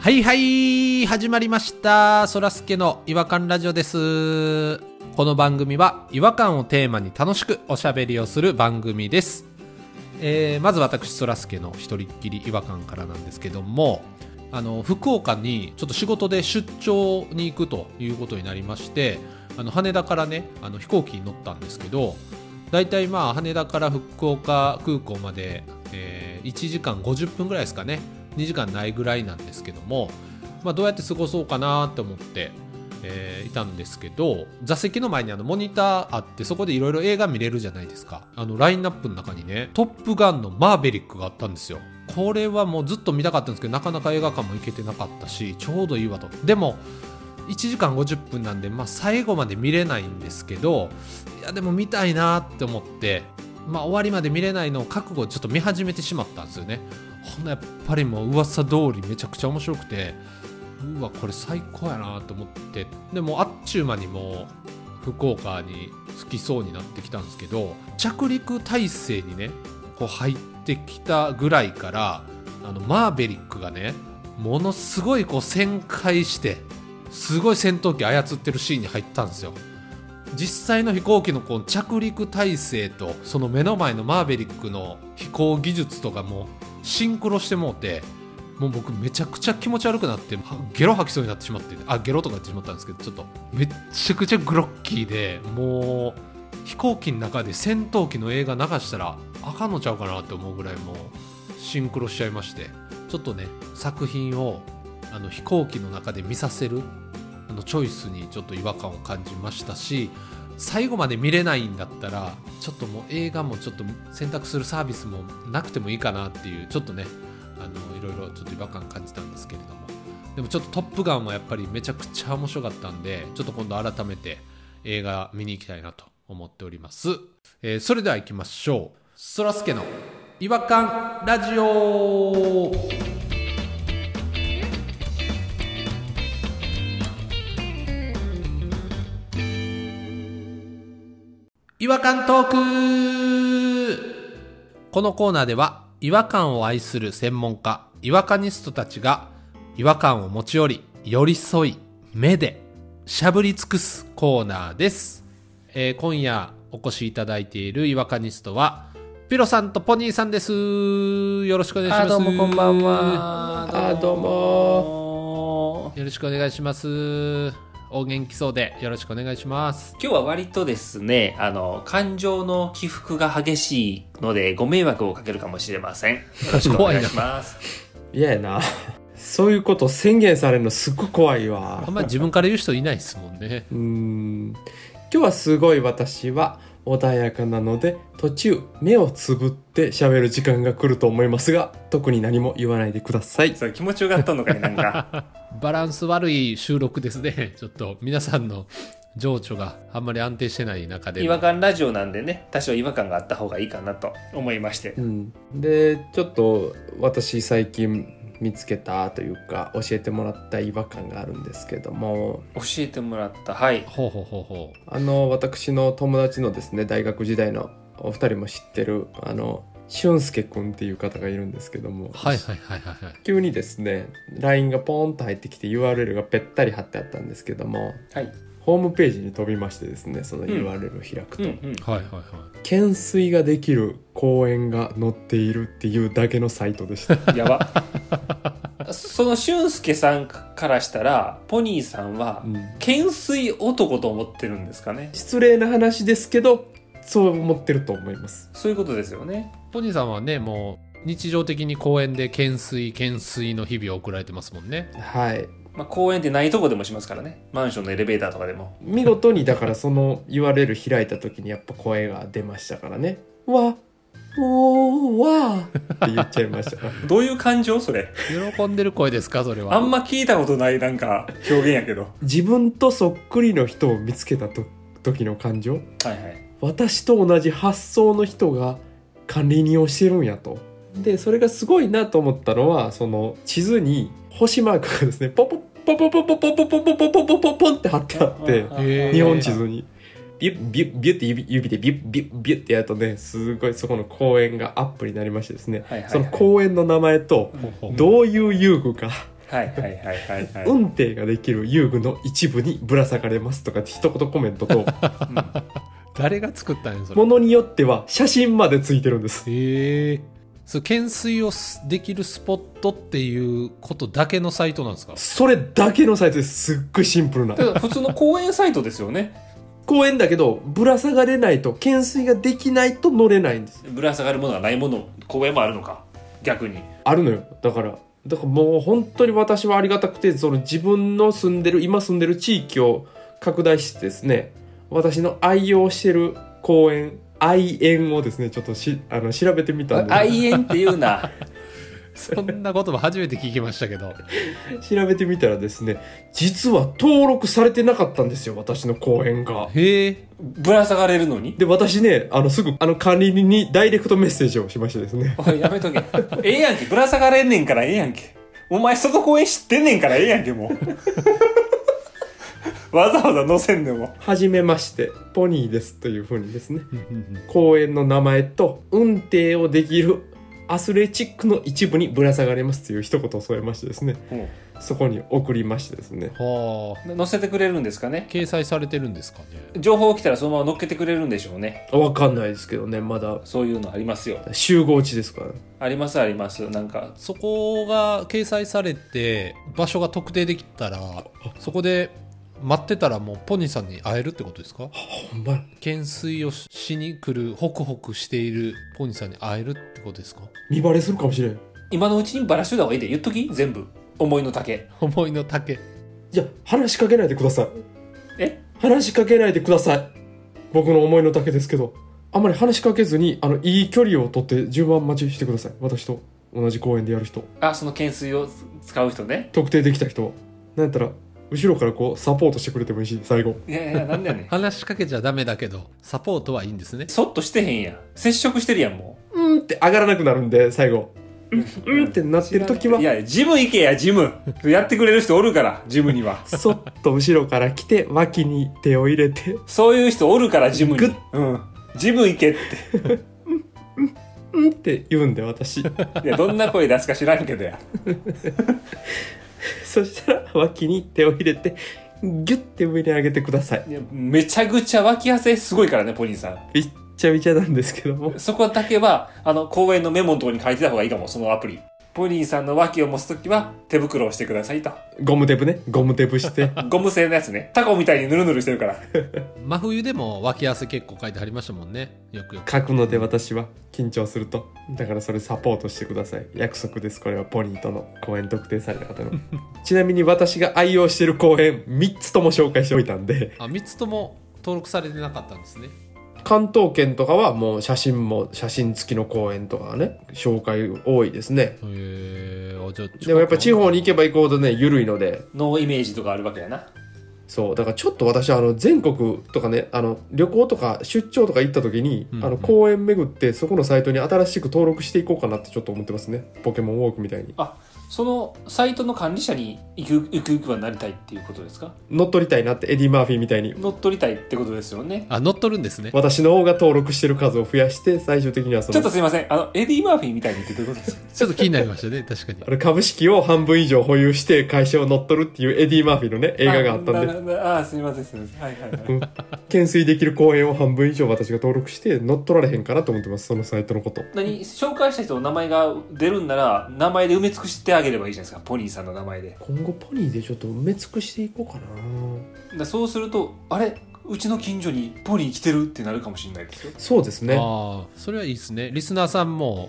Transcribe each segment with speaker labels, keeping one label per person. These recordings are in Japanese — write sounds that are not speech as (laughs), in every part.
Speaker 1: はいはい始まりましたそらすけの違和感ラジオですこの番組は違和感をテーマに楽しくおしゃべりをする番組です、えーまず私そらすけの一人っきり違和感からなんですけどもあの福岡にちょっと仕事で出張に行くということになりましてあの羽田からねあの飛行機に乗ったんですけど大体まあ羽田から福岡空港まで、えー1時間50分ぐらいですかね2時間ないぐらいなんですけども、まあ、どうやって過ごそうかなって思って、えーいたんですけど座席の前にあのモニターあってそこでいろいろ映画見れるじゃないですかあのラインナップの中にね「トップガン」のマーベリックがあったんですよこれはもうずっと見たかったんですけどなかなか映画館も行けてなかったしちょうどいいわとでも1時間50分なんで、まあ、最後まで見れないんですけどいやでも見たいなって思って、まあ、終わりまで見れないのを覚悟でちょっと見始めてしまったんですよねほんなやっぱりもう噂通りめちゃくちゃ面白くてうわこれ最高やなと思ってでもうあっちゅう間にもう福岡に着きそうになってきたんですけど着陸体制にねこう入ってきたぐらいからあのマーベリックがねものすごいこう旋回してすごい戦闘機操ってるシーンに入ったんですよ実際の飛行機のこう着陸体制とその目の前のマーベリックの飛行技術とかもシンクロしてもうてもう僕めちゃくちゃ気持ち悪くなってはゲロ吐きそうになってしまってあゲロとか言ってしまったんですけどちょっとめっちゃくちゃグロッキーでもう飛行機の中で戦闘機の映画流したらあかんのちゃうかなって思うぐらいもうシンクロしちゃいましてちょっとね作品をあの飛行機の中で見させるあのチョイスにちょっと違和感を感じましたし最後まで見れないんだったらちょっともう映画もちょっと選択するサービスもなくてもいいかなっていうちょっとねあのいろいろちょっと違和感感じたんですけれどもでもちょっと「トップガン」はやっぱりめちゃくちゃ面白かったんでちょっと今度改めて映画見に行きたいなと思っております、えーそれでは行きましょうそらすけの「違和感ラジオ」違和感トークこのコーナーでは違和感を愛する専門家違和感ニストたちが違和感を持ち寄り寄り添い目でしゃぶり尽くすコーナーです、えー今夜お越しいただいている違和感ニストはピロさんとポニーさんですよろしくお願いします
Speaker 2: あどうもこんばんはあどうも
Speaker 1: よろしくお願いしますお元気そうでよろしくお願いします
Speaker 2: 今日は割とですねあの感情の起伏が激しいのでご迷惑をかけるかもしれませんよろしくお願いします
Speaker 3: 嫌やなそういうこと宣言されるのすっごく怖いわ
Speaker 1: あんまり自分から言う人いないですもんね
Speaker 3: うーん今日はすごい私は穏やかなので途中目をつぶって喋る時間が来ると思いますが特に何も言わないでください
Speaker 2: そう気持ちよかったのかねなん (laughs) か
Speaker 1: バランス悪い収録ですね。 (laughs) ちょっと皆さんの情緒があんまり安定してない中で。
Speaker 2: 違和感ラジオなんでね多少違和感があった方がいいかなと思いまして
Speaker 3: うん、でちょっと私最近見つけたというか教えてもらった違和感があるんですけども
Speaker 2: 教えてもらったはい
Speaker 1: ほうほうほうほ
Speaker 3: あの私の友達のですね大学時代のお二人も知ってるあの俊介くんっていう方がいるんですけども、
Speaker 1: う。はいはいはいはいはい。
Speaker 3: 急にですね LINE がポーンと入ってきて URL がぺったり貼ってあったんですけども
Speaker 2: はい
Speaker 3: ホームページに飛びましてですねその URL を開く
Speaker 2: う
Speaker 3: と、
Speaker 2: んうん
Speaker 1: はいはいはい。
Speaker 3: 懸垂ができる公園が載っているっていうだけのサイトでした
Speaker 2: やばその俊介さんからしたらポニーさんは
Speaker 3: うん
Speaker 2: 懸垂男と思ってるんですかね
Speaker 3: 失礼な話ですけどそう思ってると思います
Speaker 2: そういうことですよね
Speaker 1: ポニーさんはね、もう日常的に公園で懸垂、懸垂の日々を送られてますもんね。
Speaker 3: はい
Speaker 2: まあ、公園ってないとこでもしますからねマンションのエレベーターとかでも
Speaker 3: 見事にだからその URL 開いた時にやっぱ声が出ましたからね「わおーわー」って言っちゃいましたから
Speaker 2: どういう感情そ (laughs) れ
Speaker 1: 喜んでる声ですか、それは。
Speaker 2: あんま聞いたことないなんか表現やけど
Speaker 3: 自分とそっくりの人を見つけたと時の感情
Speaker 2: はいはい
Speaker 3: 私と同じ発想の人が管理人をしてるんやと。でそれがすごいなと思ったのはその地図に星マークがですねポポポポポポポポポポポポポポポンって貼ってあって
Speaker 1: へー
Speaker 3: 日本地図にビュッビュッビュッって指指でビュッビュッビュッってやるとねすごいそこの公園がアップになりましてですね
Speaker 2: はいはいはい
Speaker 3: その公園の名前と
Speaker 1: ほうほう
Speaker 3: どういう遊具か
Speaker 2: はいはいはいはいはい。うん
Speaker 3: 運転ができる遊具の一部にぶら下がれますとかって一言コメント (laughs) と
Speaker 1: 誰が作ったんやそれ
Speaker 3: ものによっては写真までついてるんです
Speaker 1: へえそう懸垂をすできるスポットっていうことだけのサイトなんです
Speaker 2: (laughs)
Speaker 1: か
Speaker 3: それだけのサイトですっごいシンプルな
Speaker 2: ただ普通の公園サイトですよね。
Speaker 3: 公園だけどぶら下がれないと懸垂ができないと乗れないんです
Speaker 2: ぶら下がるものがないもの、公園もあるのか。逆に。
Speaker 3: あるのよだからだからもう本当に私はありがたくてその自分の住んでる今住んでる地域を拡大してですね私の愛用してる公園愛園をですねちょっとしあの調べてみたんで
Speaker 2: 愛縁っていうな。
Speaker 1: そんな言葉初めて聞きましたけど
Speaker 3: 調べてみたらですね実は登録されてなかったんですよ私の公園が
Speaker 1: へえ
Speaker 2: ぶら下がれるのに。
Speaker 3: で私ねあのすぐあの管理人にダイレクトメッセージをしましてですね
Speaker 2: おい、やめとけ。ええやんけ。ぶら下がれんねんからええやんけ。お前、その公園知ってんねんからええやんけ、も (laughs) う。わざわざ乗せんでも。
Speaker 3: はじめまして、ポニーですというふうにですね、公園の名前と、運転をできるアスレチックの一部にぶら下がれますという一言を添えましてですね、そこに送りましてですね、
Speaker 1: はあ
Speaker 2: 乗せてくれるんですかね。
Speaker 1: 掲載されてるんですかね
Speaker 2: 情報来たらそのまま乗っけてくれるんでしょうね。
Speaker 3: わかんないですけどね、まだ
Speaker 2: そういうのありますよ。
Speaker 3: 集合地ですから、
Speaker 2: ありますあります。なんか、
Speaker 1: そこが掲載されて場所が特定できたらそこで待ってたらもうポニーさんに会えるってことですか
Speaker 3: ほんまや
Speaker 1: 懸垂をしに来るホクホクしているポニーさんに会えるってことですか
Speaker 3: 見バレするかもしれん。
Speaker 2: 今のうちにバラしといた方がいいで言っとき全部。思いの丈。
Speaker 1: 思いの丈
Speaker 3: じゃあ、話しかけないでください。
Speaker 2: え
Speaker 3: 話しかけないでください。僕の思いの丈ですけど、あんまり話しかけずに、あの、いい距離をとって順番待ちしてください。私と同じ公園でやる人。
Speaker 2: あ、その懸垂を使う人ね。
Speaker 3: 特定できた人はなんやったら後ろからこうサポートしてくれてもいいし最後
Speaker 2: いやいや、なんだよねん。 (laughs)
Speaker 1: 話しかけちゃダメだけどサポートはいいんですね
Speaker 2: そっとしてへんやん。接触してるやん、も
Speaker 3: うんって上がらなくなるんで最後
Speaker 2: う。
Speaker 3: うんってなってる時はい
Speaker 2: や、ジム行けや、ジム。やってくれる人おるから、ジムには。
Speaker 3: そっと後ろから来て脇に手を入れて
Speaker 2: そういう人おるから、ジム
Speaker 3: グ
Speaker 2: に
Speaker 3: ッ。
Speaker 2: うん。ジム行けって。
Speaker 3: うんって言うんで私
Speaker 2: いや、どんな声出すか知らんけどや。
Speaker 3: そしたら脇に手を入れてギュッて上に上げてください
Speaker 2: いやめちゃくちゃ脇汗すごいからね、ポニーさん。
Speaker 3: びっちゃびちゃなんですけども
Speaker 2: そこだけは、あの、公園のメモのところに書いてた方がいいかも、そのアプリ。ポニーさんの脇を持つときは、手袋をしてくださいと。
Speaker 3: ゴムテープねゴムテープして
Speaker 2: ゴム製のやつね。タコみたいにヌルヌルしてるから。
Speaker 1: 真冬でも脇汗結構書いてありましたもんねよくよく
Speaker 3: 書くので私は緊張するとだからそれサポートしてください約束ですこれはポニーとの公演特定された方のちなみに私が愛用してる公演3つとも紹介しておいたんで
Speaker 1: あ3つとも登録されてなかったんですね
Speaker 3: 関東圏とかはもう写真も写真付きの公演とかね紹介多いですね
Speaker 1: へえあじゃあ
Speaker 3: でもやっぱ地方に行けば行こうとね緩いので
Speaker 2: のイメージとかあるわけやな。
Speaker 3: そうだからちょっと私あの全国とかねあの旅行とか出張とか行った時に、
Speaker 1: うんうん
Speaker 3: あの公園巡ってそこのサイトに新しく登録していこうかなってちょっと思ってますねポケモンウォークみたいに
Speaker 2: そのサイトの管理者に行く、行く行くはなりたいっていうことですか
Speaker 3: 乗っ取りたいなってエディ・マーフィーみたいに
Speaker 2: 乗っ取りたいってことですよね。
Speaker 1: あ乗っとるんですね
Speaker 3: 私の方が登録してる数を増やして最終的にはそ
Speaker 2: ちょっと
Speaker 3: の
Speaker 2: すいません。あの、エディ・マーフィーみたいにってどういうことですか
Speaker 1: ちょっと気になりましたね確かに
Speaker 3: あの株式を半分以上保有して会社を乗っ取るっていうエディ・マーフィーの (laughs) ね映画があったんで
Speaker 2: あなあ、すいません、すいません。はいはいはい。
Speaker 3: うん懸垂できる公園を半分以上私が登録して乗っ取られへんかなと思ってますそのサイトのこと
Speaker 2: 何紹介した人の名前が出るんなら名前で埋め尽くしてあげればいいじゃないですかポニーさんの名前で
Speaker 3: 今後ポニーでちょっと埋め尽くしていこうかな
Speaker 2: だそうするとあれうちの近所にポニー来てるってなるかもしれないですよ
Speaker 3: そうですね
Speaker 1: ああそれはいいですねリスナーさんも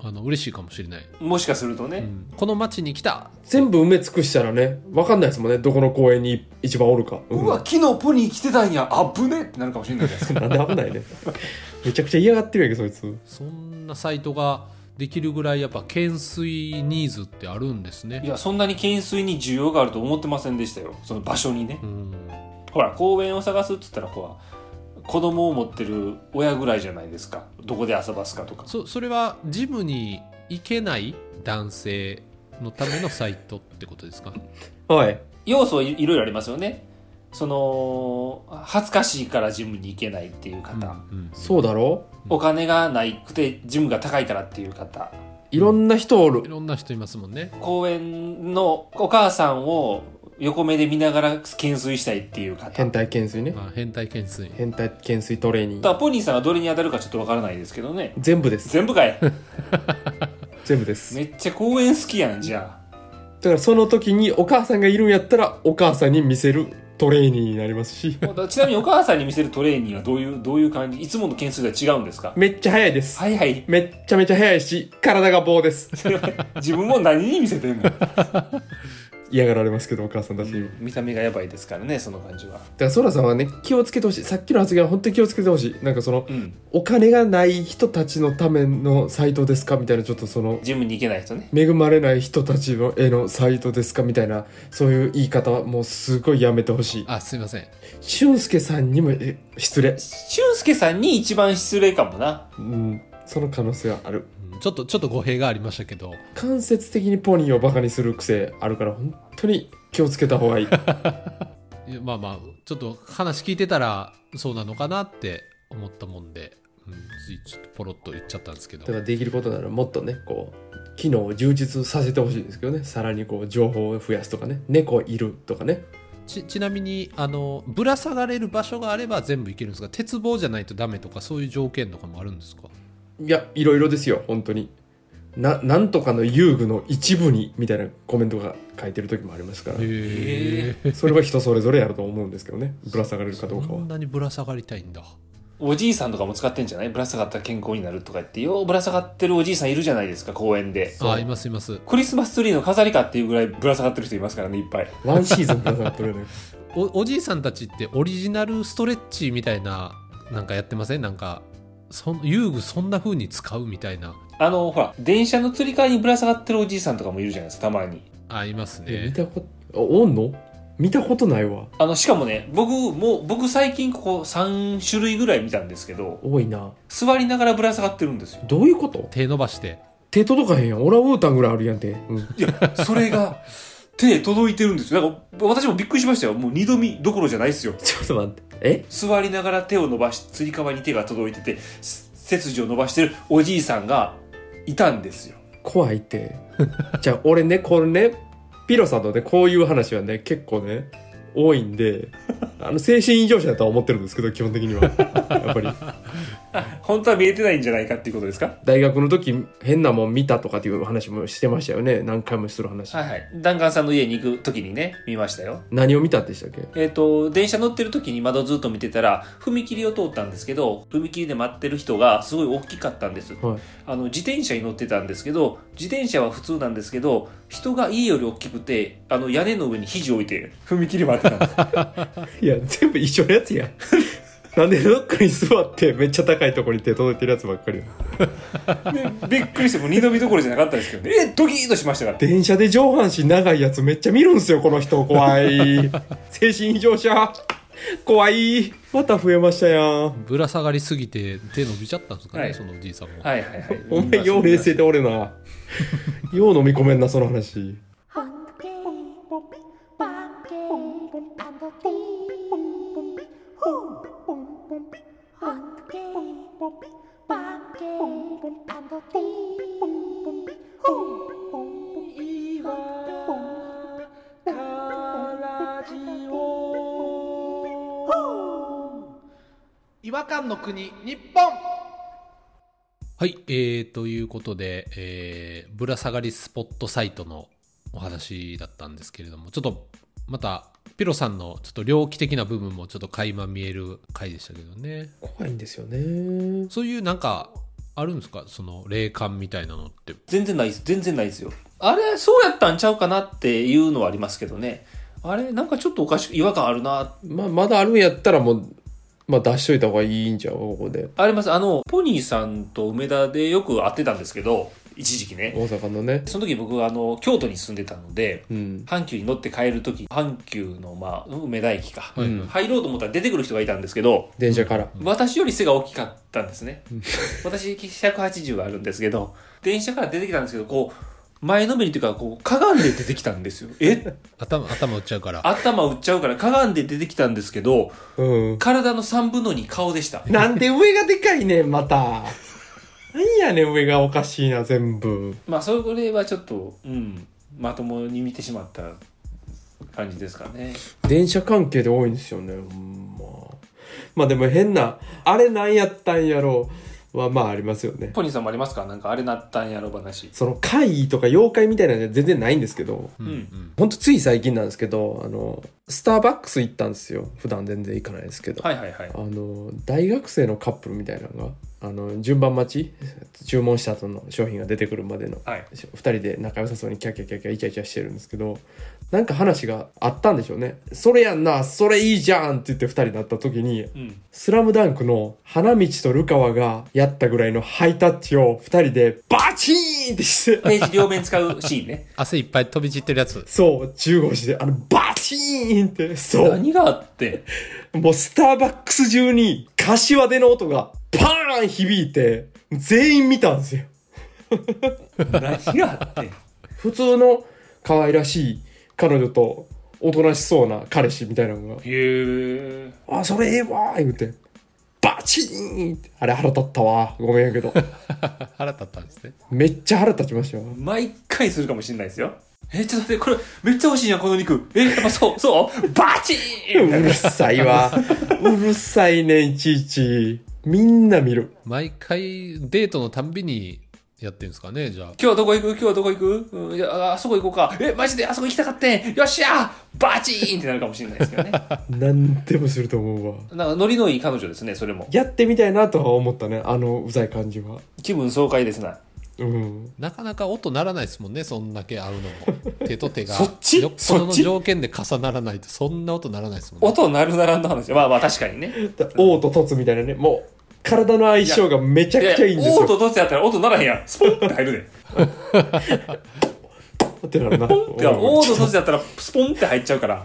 Speaker 1: あの嬉しいかもしれない、
Speaker 2: もしかするとね、
Speaker 1: うんこの町に来た
Speaker 3: 全部埋め尽くしたらね分かんないですもんねどこの公園に一番おるか、
Speaker 2: うんわ昨日ポニー来てたんやあぶねってなるかもしれないじゃない (laughs) ですか
Speaker 3: なんで危ないね (laughs) めちゃくちゃ嫌がってるやんけそいつ
Speaker 1: そんなサイトができるぐらいやっぱ懸垂ニーズってあるんです
Speaker 2: い
Speaker 1: ね
Speaker 2: やそんなに懸垂に需要があると思ってませんでしたよその場所にね、
Speaker 1: うん
Speaker 2: ほら公園を探すっつったらほら子供を持ってる親ぐらいじゃないですかどこで遊ばすかとか
Speaker 1: そそれはジムに行けない男性のためのサイトってことですか
Speaker 3: はい
Speaker 2: 要素はいいろいろありますよねその恥ずかしいからジムに行けないっていう方、
Speaker 1: うんうん
Speaker 3: そうだろう
Speaker 2: お金がないくてジムが高いからっていう方
Speaker 3: いろんな人お
Speaker 1: い
Speaker 3: る。
Speaker 1: ろんな人いますもんね
Speaker 2: 公園のお母さんを横目で見ながら懸垂したいっていう方。
Speaker 3: 変態懸垂ね。
Speaker 1: あ変態懸垂
Speaker 3: 変態懸垂トレーニング
Speaker 2: だ。からポニーさんはどれに当たるかちょっとわからないですけどね。
Speaker 3: 全部です。
Speaker 2: 全部かい。
Speaker 3: 全部です。
Speaker 2: めっちゃ公園好きやん、じゃあ。
Speaker 3: だからその時にお母さんがいるんやったら、お母さんに見せるトレーニングになりま
Speaker 2: (laughs)
Speaker 3: すし、
Speaker 2: もうだちなみにお母さんに見せるトレーニングはどういう、どういう感じいつもの件数とは違うんですか
Speaker 3: めっちゃ早いです。
Speaker 2: はいはい。 (laughs)
Speaker 3: めっちゃめちゃ早いし、体が棒です。
Speaker 2: 自分も何に見せてんの
Speaker 3: 嫌がられますけど、お母さんたちにも。
Speaker 2: 見た目がやばいですからね、その感じは。
Speaker 3: だからソラさんはね気をつけてほしいさっきの発言は本当に気をつけてほしいなんかその
Speaker 2: うん。
Speaker 3: お金がない人たちのためのサイトですかみたいなちょっとその
Speaker 2: ジムに行けない人ね。
Speaker 3: 恵まれない人たちの絵のサイトですかみたいなそういう言い方はもうすごいやめてほしい
Speaker 1: あすいません
Speaker 3: 俊介さんにもえ失礼、
Speaker 2: 俊介さんに一番失礼かもな。
Speaker 3: うん、その可能性はある
Speaker 1: うんちょっとちょっと語弊がありましたけど
Speaker 3: 間接的にポニーをバカにする癖あるから本当に気をつけた方がいい
Speaker 1: いやまあまあちょっと話聞いてたらそうなのかなって思ったもんで、うん、ついちょっとポロッと言っちゃったんですけど
Speaker 3: だからできることならもっとねこう機能を充実させてほしいですけどねさらにこう情報を増やすとかね猫いるとかね
Speaker 1: ちちなみにあのぶら下がれる場所があれば全部いけるんですが鉄棒じゃないとダメとかそういう条件とかもあるんですか
Speaker 3: いや、いろいろですよ、本当に。な、なんとかの遊具の一部に、みたいなコメントが書いてる時もありますから、
Speaker 1: へえ
Speaker 3: それは人それぞれやると思うんですけどね、ぶら下がれるかどうか
Speaker 1: そん
Speaker 3: は。
Speaker 1: なにぶら下がりたいんだ
Speaker 2: おじいさんとかも使ってんじゃないぶら下がったら健康になるとか言って、ようぶら下がってるおじいさんいるじゃないですか、公園で。
Speaker 1: あいますいます
Speaker 2: クリスマスツリーの飾りかっていうぐらいぶら下がってる人いますからね、いっぱい。
Speaker 3: ワンシーズンぶら下がってるよね。
Speaker 1: おおじいさんたちってオリジナルストレッチみたいななんかやってませんなんかそん遊具そんな風に使うみたいな
Speaker 2: あの、ほら、電車のつり替えにぶら下がってるおじいさんとかもいるじゃないですか、たまに。
Speaker 1: あいます
Speaker 3: え見
Speaker 1: ね
Speaker 3: たこと、あおんの見たことないわ。
Speaker 2: あの、しかもね、僕も、僕最近ここ3種類ぐらい見たんですけど、
Speaker 3: 多いな。
Speaker 2: 座りながらぶら下がってるんですよ。
Speaker 3: どういうこと
Speaker 1: 手伸ばして
Speaker 3: 手届かへんやん。オランウータンぐらいあるやんて。うん (laughs)
Speaker 2: いや、それが、手届いてるんですよ。なんか、私もびっくりしましたよ。もう二度見どころじゃないですよ。
Speaker 3: ちょっと待って。え
Speaker 2: 座りながら手を伸ばし、つり革に手が届いてて、す背筋を伸ばしてるおじいさんがいたんですよ。
Speaker 3: 怖いって。じゃあ、俺ね、これね、ピロさんとね、こういう話はね、結構ね、多いん (laughs) で、あの、精神異常者だとは思ってるんですけど、基本的には。やっぱり。
Speaker 2: 本当は見えてないんじゃないかっていうことですか
Speaker 3: 大学の時変なもん見たとかっていう話もしてましたよね何回もする話、
Speaker 2: はいはい。弾丸さんの家に行く時にね、見ましたよ。
Speaker 3: 何を見たってしたっけ
Speaker 2: えっ、と、電車乗ってる時に窓ずっと見てたら、踏切を通ったんですけど、踏切で待ってる人がすごい大きかったんです。
Speaker 3: はい
Speaker 2: あの、自転車に乗ってたんですけど、自転車は普通なんですけど、人が家より大きくて、あの、屋根の上に肘を置いて、踏切待ってたんです。
Speaker 3: いや全部一緒のやつや (laughs) なんでどっかに座ってめっちゃ高いところに手届いてるやつばっかりよ
Speaker 2: (laughs) でびっくりして、もう二度見どころじゃなかったんですけどね、えドキーッとしましたから。
Speaker 3: 電車で上半身長いやつめっちゃ見るんすよこの人怖 (laughs) い精神異常者怖いまた増えましたやん
Speaker 1: ぶら下がりすぎて手伸びちゃったんですかね、
Speaker 2: はい
Speaker 1: そのおじいさんも、
Speaker 2: はいはい (laughs) はい。
Speaker 3: お前よう冷静でお (laughs) れなよう飲み込めんなその話
Speaker 4: Hungry,
Speaker 1: 違和感の国日本はい、えー、ということで、えーぶら下がりスポットサイトのお話だったんですけれどもちょっとまたピロさんのちょっと猟奇的な部分もちょっと垣間見える回でしたけどね
Speaker 3: 怖いんですよね
Speaker 1: そういうなんかあるんですかその霊感みたいなのって
Speaker 2: 全然ないです。全然ないですよ。あれ、そうやったんちゃうかなっていうのはありますけどね。あれ、なんかちょっとおかしく、違和感あるな。
Speaker 3: まあまだあるんやったらもうまあ出しといた方がいいんじゃんここで
Speaker 2: あります。あの、ポニーさんと梅田でよく会ってたんですけど、一時期ね。
Speaker 3: 大阪のね
Speaker 2: その時僕はあの、京都に住んでたので、
Speaker 3: うん
Speaker 2: 阪急に乗って帰る時、阪急の、まあ、梅田駅か。
Speaker 1: はいはい
Speaker 2: 入ろうと思ったら出てくる人がいたんですけど、
Speaker 3: 電車から、
Speaker 2: 私より背が大きかったんですね。私、180はあるんですけど、電車から出てきたんですけど、こう、前のめりというか、こう、かがんで出てきたんですよ。え
Speaker 1: 頭頭打っちゃうから
Speaker 2: 頭打っちゃうから、かがんで出てきたんですけど、
Speaker 3: うん、
Speaker 2: 体の3分の2顔でした。
Speaker 3: なんで上がでかいねんまたなんやねん上がおかしいな全部
Speaker 2: まあそれはちょっと、うん、まともに見てしまった感じですかね
Speaker 3: 電車関係で多いんですよねほんままあでも変なあれなんやったんやろうはまあありますよね
Speaker 2: ポニーさんもありますかなんかあれなったんやろ話
Speaker 3: その怪異とか妖怪みたいなのは全然ないんですけど
Speaker 1: うんん
Speaker 3: ほんとつい最近なんですけどあのスターバックス行ったんですよ普段全然行かないですけど、
Speaker 2: はいはいはい
Speaker 3: あの大学生のカップルみたいなのがあの順番待ち注文した後の商品が出てくるまでの
Speaker 2: はい
Speaker 3: 2人で仲良さそうにキャキャキャキャイチャイチャしてるんですけどなんか話があったんでしょうね「それやんなそれいいじゃん!」って言って2人になった時に
Speaker 2: うん
Speaker 3: 「スラムダンクの花道とルカワがやったぐらいのハイタッチを2人でバチーンってして
Speaker 2: ページ両面使うシーンね
Speaker 1: 汗いっぱい飛び散ってるやつ
Speaker 3: そう15時であのバチーンってそ
Speaker 2: (laughs)
Speaker 3: う
Speaker 2: 何があって
Speaker 3: もうスターバックス中に柏での音がパーン響いて全員見たんですよ
Speaker 2: 何があって
Speaker 3: 普通の可愛らしい彼女とおとなしそうな彼氏みたいなの
Speaker 2: へ
Speaker 3: が
Speaker 2: え
Speaker 3: 「あそれええわ」言うてバチーンってあれ腹立ったわごめんやけど (laughs)
Speaker 1: 腹立ったんですね
Speaker 3: めっちゃ腹立ちましたよ
Speaker 2: 毎回するかもしれないですよえちょっと待ってこれめっちゃ欲しいやんこの肉えやっぱそう (laughs) そうバチー
Speaker 3: う
Speaker 2: ン
Speaker 3: るさいわうるさいねいちいちみんな見る
Speaker 1: 毎回デートのたんびにやってるんですかねじゃあ
Speaker 2: 今日どこ行く今日どこ行く、うん、いやああそこ行こうかえマジであそこ行きたかってんよっしゃーバチーンってなるかもしれないですけど (laughs) ねなんか
Speaker 3: 何でもすると思うわ
Speaker 2: ノリのいい彼女ですねそれも
Speaker 3: やってみたいなとは思ったねあのうざい感じは
Speaker 2: 気分爽快ですな
Speaker 3: うん
Speaker 1: なかなか音ならないですもんねそんだけ合うの (laughs) も手と手が
Speaker 3: そっち
Speaker 1: よっぽど
Speaker 3: そっ
Speaker 1: の
Speaker 3: ち
Speaker 1: 条件で重ならないとそんな音ならないですもんね
Speaker 2: 音なるならんの話まあまあ確かにね
Speaker 3: だ王と凸みたいなねもう体の相性がめちゃくちゃいいんです
Speaker 2: 音
Speaker 3: よ
Speaker 2: とどっちだったら音ならへんやんスポンって入る (laughs) で
Speaker 3: ってなるな
Speaker 2: てか王とそっちだったらスポンって入っちゃう (laughs) から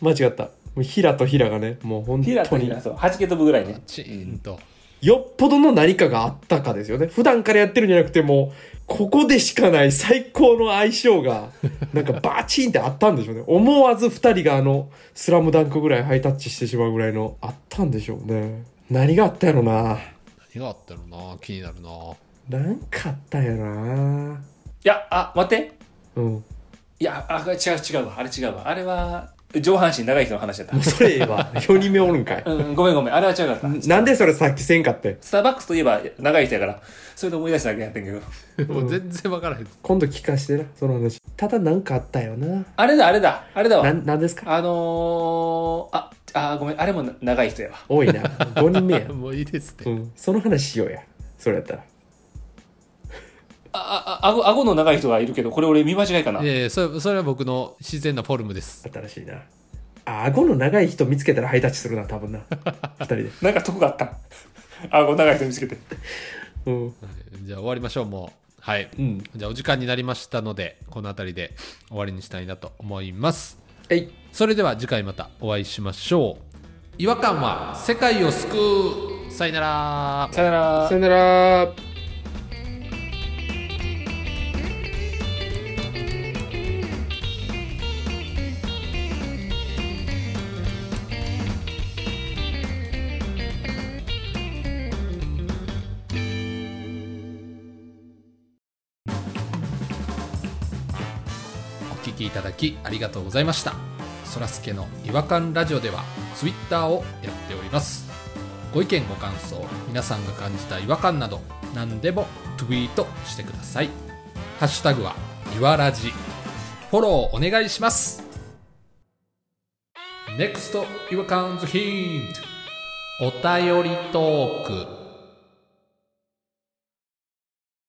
Speaker 3: 間違ったもう平と平がねもう本
Speaker 2: ヒラ
Speaker 3: 当
Speaker 2: とヒ
Speaker 3: に
Speaker 2: ラそう弾け飛ぶぐらいね
Speaker 1: チーンと
Speaker 3: よっぽどの何かがあったかですよね普段からやってるんじゃなくてもうここでしかない最高の相性がなんかバチンってあったんでしょうね思わず2人があの「スラムダンクぐらいハイタッチしてしまうぐらいのあったんでしょうね何があったやろな
Speaker 1: 何があったのな気になる (laughs) な
Speaker 3: なんかあったんやない
Speaker 2: やあ待って
Speaker 3: うんも
Speaker 2: いやあ違う違うわあれ違うわあれは上半身長い人の話だった
Speaker 3: うそれええわ4人目おるんかい
Speaker 2: うんごめんごめんあれは違うかった
Speaker 3: なんでそれさっきせんかって
Speaker 2: スターバックスといえば長い人やからそれで思い出しただけやってんけど
Speaker 1: もう全然わからへん
Speaker 3: 今度聞かしてなその話ただなんかあったよな
Speaker 2: あれだあれだあれだわ
Speaker 3: なんなんですか
Speaker 2: あのー、あ、あー、ごめん、あれもな長い人やわ。
Speaker 3: 多いな5人目や、
Speaker 1: もういいですって、
Speaker 3: うん、その話しようやそれやったら
Speaker 2: あ、あ、あご、顎の長い人がいるけど、これ俺見間違いかな。
Speaker 1: いやいやそれそれは僕の自然なフォルムです
Speaker 3: 新しいなあ顎の長い人見つけたらハイタッチするな多分な二人で
Speaker 2: なんか得があった。顎長い人見つけて。
Speaker 3: うん、
Speaker 1: はいじゃあ終わりましょうもうはい
Speaker 3: うん、
Speaker 1: じゃあお時間になりましたのでこの辺りで終わりにしたいなと思います
Speaker 3: はい
Speaker 1: それでは次回またお会いしましょう違和感は世界を救うさよなら
Speaker 2: さよなら
Speaker 3: さ。よなら
Speaker 1: お聞きいただきありがとうございましたそらすけの違和感ラジオではツイッターをやっておりますご意見ご感想皆さんが感じた違和感など何でもツイートしてくださいハッシュタグはいわらじフォローお願いします NEXT 違和感ズヒントお便りトーク